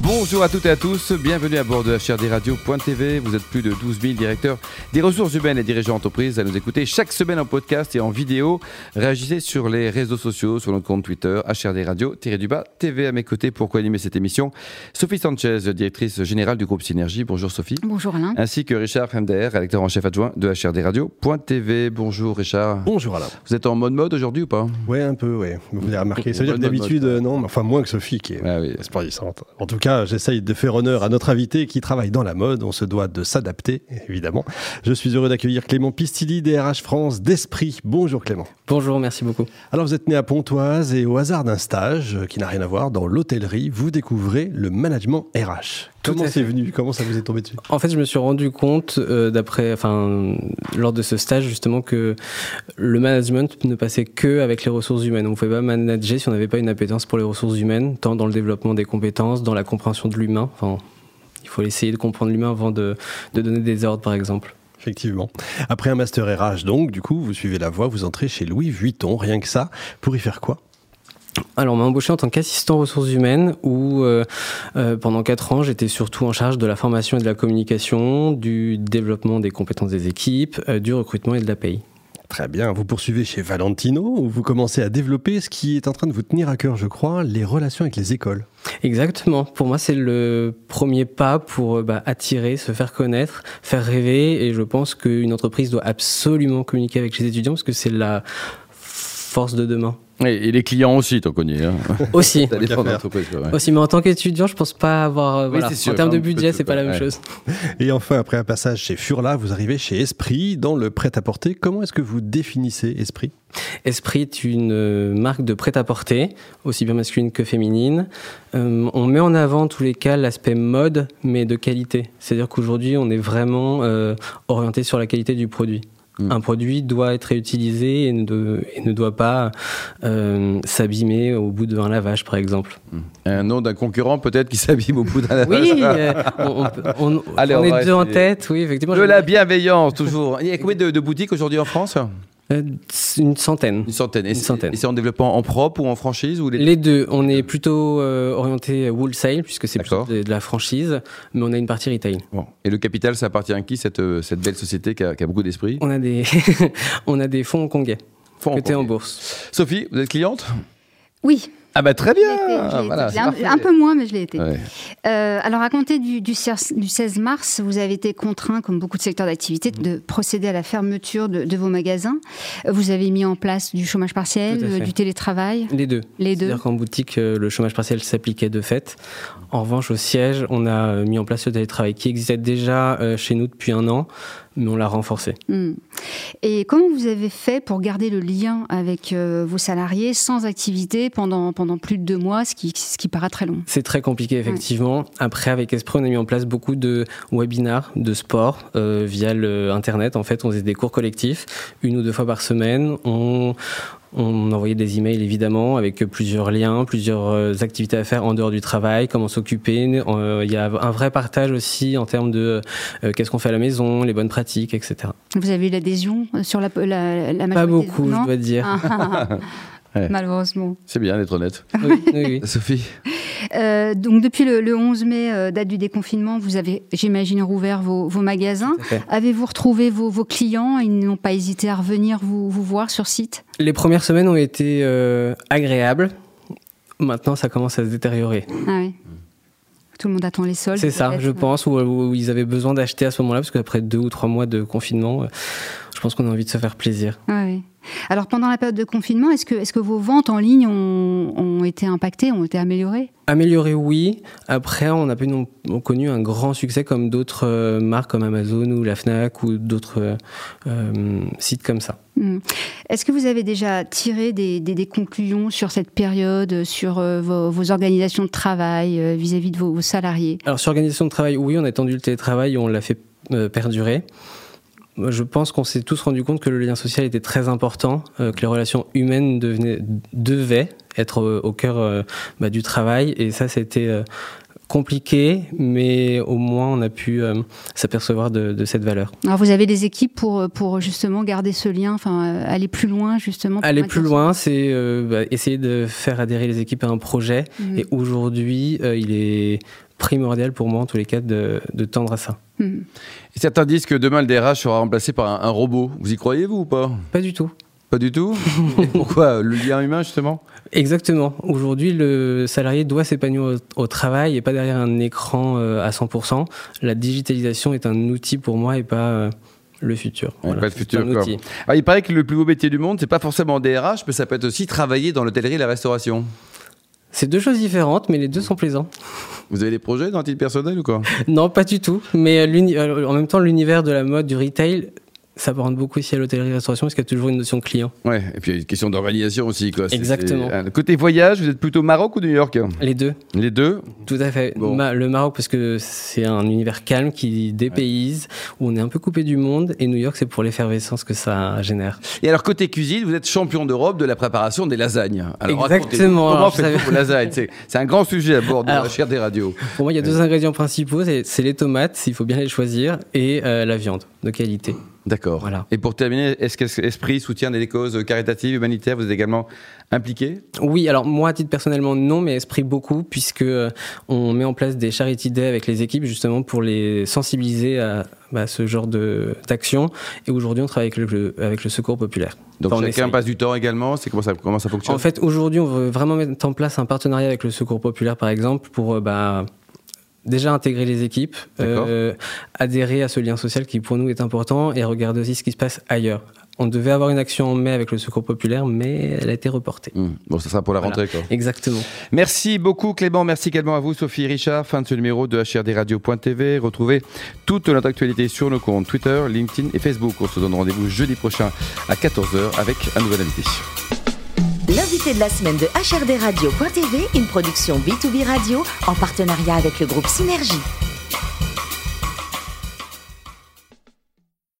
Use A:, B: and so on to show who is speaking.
A: Bonjour à toutes et à tous, bienvenue à bord de HRDRadio.tv. Vous êtes plus de 12 000 directeurs des ressources humaines et dirigeants d'entreprise à nous écouter chaque semaine en podcast et en vidéo. Réagissez sur les réseaux sociaux, sur notre compte Twitter, HRDRadio-du-bas TV à mes côtés pour co-animer cette émission. Sophie Sanchez, directrice générale du groupe Synergie. Bonjour Sophie.
B: Bonjour Alain.
A: Ainsi que Richard Fremder, rédacteur en chef adjoint de HRDRadio.tv. Bonjour Richard.
C: Bonjour Alain.
A: Vous êtes en mode mode aujourd'hui ou pas
C: Ouais, un peu, ouais. Vous l'avez remarqué. Ça veut dire que
A: Mode, mode,
C: d'habitude,
A: mode.
C: euh, non, mais enfin moins que Sophie qui est
A: Ah oui.
C: resplendissante. En tout cas, j'essaye de faire honneur à notre invité qui travaille dans la mode. On se doit de s'adapter, évidemment. Je suis heureux d'accueillir Clément Pistilli, DRH France d'Esprit. Bonjour Clément.
D: Bonjour, merci beaucoup.
C: Alors, vous êtes né à Pontoise et au hasard d'un stage euh, qui n'a rien à voir dans l'hôtellerie, vous découvrez le management RH.
D: Tout
C: Comment
D: à
C: c'est
D: fait.
C: venu Comment ça vous est tombé dessus
D: En fait, je me suis rendu compte, euh, d'après, enfin, lors de ce stage justement, que le management ne passait que avec les ressources humaines. On ne pouvait pas manager si on n'avait pas une appétence pour les ressources humaines, tant dans le développement des compétences, dans la compréhension de l'humain. Enfin, il faut essayer de comprendre l'humain avant de, de donner des ordres, par exemple.
C: Effectivement. Après un master RH, donc, du coup, vous suivez la voie, vous entrez chez Louis Vuitton, rien que ça, pour y faire quoi
D: Alors, on m'a embauché en tant qu'assistant ressources humaines où euh, euh, pendant quatre ans, j'étais surtout en charge de la formation et de la communication, du développement des compétences des équipes, euh, du recrutement et de la paye.
C: Très bien, vous poursuivez chez Valentino où vous commencez à développer ce qui est en train de vous tenir à cœur, je crois, les relations avec les écoles.
D: Exactement. Pour moi, c'est le premier pas pour euh, bah, attirer, se faire connaître, faire rêver. Et je pense qu'une entreprise doit absolument communiquer avec ses étudiants parce que c'est la force de demain.
A: Et, et les clients aussi, t'en connais. Hein.
D: Aussi.
A: Ça dépend
C: qu'à
A: de
C: faire.
A: l'entreprise, ouais.
D: Aussi, mais en tant qu'étudiant, je pense pas avoir. euh,
A: Oui,
D: voilà.
A: c'est sûr,
D: en termes
A: hein,
D: de
A: on peut
D: budget,
A: tout
D: c'est pas la
A: faire,
D: même
A: ouais.
D: chose.
C: Et enfin, après un passage chez Furla, vous arrivez chez Esprit dans le prêt-à-porter. Comment est-ce que vous définissez Esprit
D: Esprit est une euh, marque de prêt-à-porter, aussi bien masculine que féminine. Euh, on met en avant, en tous les cas, l'aspect mode, mais de qualité. C'est-à-dire qu'aujourd'hui, on est vraiment euh, orienté sur la qualité du produit.
A: Mm.
D: Un produit doit être réutilisé et ne, de- et ne doit pas euh, s'abîmer au bout d'un lavage, par exemple.
A: Un nom d'un concurrent peut-être qui s'abîme au bout d'un
D: Oui, euh, on, on- on-
A: Allez,
D: on
A: on va
D: est deux en
A: essayer.
D: tête, oui, effectivement.
A: De
D: je-
A: la bienveillance, toujours. Il y a combien de, de boutiques aujourd'hui en France
D: Euh, Une centaine.
A: Une centaine. Et
D: Une
A: c'est-
D: centaine.
A: Et c'est en développement en propre ou en franchise ou les...
D: Les deux. On est plutôt euh, orienté wholesale, puisque c'est plutôt
A: D'accord.
D: de, de la franchise, mais on a une partie retail.
A: Bon. Et le capital, ça appartient à qui, cette, euh, cette belle société qui a, qui a beaucoup d'esprit
D: On a des, on a des fonds hongkongais,
A: Faut
D: cotés en
A: rencontrer.
D: bourse.
A: Sophie, vous êtes cliente
B: Oui,
A: Ah bah très
B: je l'ai
A: bien
B: été, je l'ai
A: Voilà,
B: été.
A: c'est
B: un,
A: parfait.
B: un peu moins, mais je l'ai été.
A: Ouais.
B: Euh, alors, à compter du, du, cer- du 16 mars, vous avez été contraint, comme beaucoup de secteurs d'activité,
D: Mm.
B: de procéder à la fermeture de, de vos magasins. Euh, Vous avez mis en place du chômage partiel,
D: Tout à
B: euh,
D: fait.
B: du télétravail,
D: Les deux.
B: les deux.
D: C'est-à-dire qu'en boutique, euh, le chômage partiel s'appliquait de fait. En revanche, au siège, on a euh, mis en place le télétravail qui existait déjà euh, chez nous depuis un an, mais on l'a renforcé.
B: Hmm. Et comment vous avez fait pour garder le lien avec euh, vos salariés sans activité pendant, pendant plus de deux mois, ce qui, ce qui paraît très long
D: C'est très compliqué, effectivement. Après, avec Esprit, on a mis en place beaucoup de webinars de sport euh, via le Internet. En fait, on faisait des cours collectifs, une ou deux fois par semaine. On, on envoyait des emails, évidemment, avec euh, plusieurs liens, plusieurs euh, activités à faire en dehors du travail, comment s'occuper. Euh, Il y a un vrai partage aussi en termes de euh, qu'est-ce qu'on fait à la maison, les bonnes pratiques, etc.
B: Vous avez eu l'adhésion euh, sur la, la, la majorité
D: Pas beaucoup,
B: non
D: je dois te dire.
B: Ah, ah, ah.
A: Ouais.
B: Malheureusement.
A: C'est bien d'être honnête.
D: Oui, oui, oui.
A: Sophie
B: Euh, donc depuis le, le 11 mai, euh, date du déconfinement, vous avez, j'imagine, rouvert vos, vos magasins.
D: Tout à fait.
B: Avez-vous retrouvé vos, vos clients Ils n'ont pas hésité à revenir vous, vous voir sur site
D: Les premières semaines ont été euh, agréables. Maintenant, ça commence à se détériorer.
B: ah, oui. Tout le monde attend les soldes.
D: C'est ça,
B: peut-être.
D: je pense, où, où ils avaient besoin d'acheter à ce moment-là, parce qu'après deux ou trois mois de confinement, euh, je pense qu'on a envie de se faire plaisir.
B: Ah Ouais, ouais. Alors pendant la période de confinement, est-ce que, est-ce que vos ventes en ligne ont, ont été impactées, ont été améliorées
D: Améliorer, oui. Après, on a, pas eu non- on a connu un grand succès comme d'autres euh, marques comme Amazon ou la Fnac ou d'autres euh, euh, sites comme ça.
B: Hmm. Est-ce que vous avez déjà tiré des, des- des conclusions sur cette période, sur euh, vos, vos organisations de travail euh, vis-à-vis de vos- vos salariés
D: Alors, sur organisation de travail, oui, on a tendu le télétravail, on l'a fait euh, perdurer. Moi, Je pense qu'on s'est tous rendu compte que le lien social était très important, euh, que les relations humaines devenaient, devaient être au, au cœur euh, bah, du travail, et ça, c'était euh, compliqué, mais au moins on a pu euh, s'apercevoir de, de cette valeur.
B: Alors vous avez des équipes pour, euh, pour justement garder ce lien, enfin euh, aller plus loin justement. pour
D: Aller
B: maintenir
D: plus
B: ce-
D: loin, c'est euh, bah, essayer de faire adhérer les équipes à un projet.
B: Mhm.
D: Et aujourd'hui, euh, il est primordial pour moi, en tous les cas, de, de tendre à ça.
B: Mhm.
A: Et certains disent que demain, le DRH sera remplacé par un, un robot. Vous y croyez, vous, ou pas
D: Pas du tout.
A: Pas du tout Et Pourquoi euh, Le lien humain, justement
D: Exactement. Aujourd'hui, le salarié doit s'épanouir au, au travail et pas derrière un écran euh, à 100%. La digitalisation est un outil pour moi et pas euh, le futur. Voilà.
A: pas le
D: C'est
A: futur,
D: un
A: quoi.
D: outil.
A: Ah, Il paraît que le plus beau métier du monde, c'est pas forcément DRH, mais ça peut être aussi travailler dans l'hôtellerie et la restauration.
D: C'est deux choses différentes, mais les deux sont plaisants.
A: Vous avez des projets dans le titre personnel ou quoi
D: Non, pas du tout. Mais euh, l'uni- euh, en même temps, l'univers de la mode, du retail, ça s'apparente beaucoup ici à l'hôtellerie-restauration parce qu'il y a toujours une notion client.
A: Ouais, et puis il y a une question d'organisation aussi. Quoi. C'est-
D: Exactement.
A: c'est- euh, Côté voyage, vous êtes plutôt Maroc ou New York
D: Les deux,
A: Les deux
D: tout à fait.
A: Bon.
D: Ma- le Maroc, parce que c'est un univers calme qui dépayse, où on est un peu coupé du monde, et New York, c'est pour l'effervescence que ça génère.
A: Et alors, côté cuisine, vous êtes champion d'Europe de la préparation des lasagnes. Alors,
D: Exactement.
A: racontez-nous, Comment
D: Alors, je
A: faites-vous
D: savais-
A: vos lasagnes C'est c'est un grand sujet à bord de la
D: Alors-
A: chaire des radios.
D: Pour moi, il y a deux ingrédients principaux, c'est c'est les tomates, s'il faut bien les choisir, et euh, la viande de qualité.
A: D'accord.
D: Voilà.
A: Et pour terminer, est-ce qu'Esprit soutient des causes caritatives, humanitaires Vous êtes également impliqué
D: Oui, alors moi, à titre personnellement, non, mais esprit beaucoup, puisque euh, on met en place des charity day avec les équipes, justement, pour les sensibiliser à bah, ce genre de- d'action. Et aujourd'hui, on travaille avec le, avec le Secours Populaire.
A: Donc,
D: Enfin, on
A: chacun
D: essaye.
A: passe du temps également C'est comment ça, comment ça fonctionne
D: En fait, aujourd'hui, on veut vraiment mettre en place un partenariat avec le Secours Populaire, par exemple, pour euh, bah, déjà intégrer les équipes,
A: D'accord.
D: euh, adhérer à ce lien social qui, pour nous, est important, et regarder aussi ce qui se passe ailleurs. On devait avoir une action en mai avec le Secours Populaire, mais elle a été reportée.
A: Hum, Bon, ça sera pour la
D: Voilà.
A: rentrée. quoi.
D: Exactement.
A: Merci beaucoup Clément, merci également à vous Sophie Richard. Fin de ce numéro de HRDRadio.tv. Retrouvez toute notre actualité sur nos comptes Twitter, LinkedIn et Facebook. On se donne rendez-vous jeudi prochain à 14h avec un nouvel invité.
E: L'invité de la semaine de HRDRadio.tv, une production B2B Radio en partenariat avec le groupe Synergie.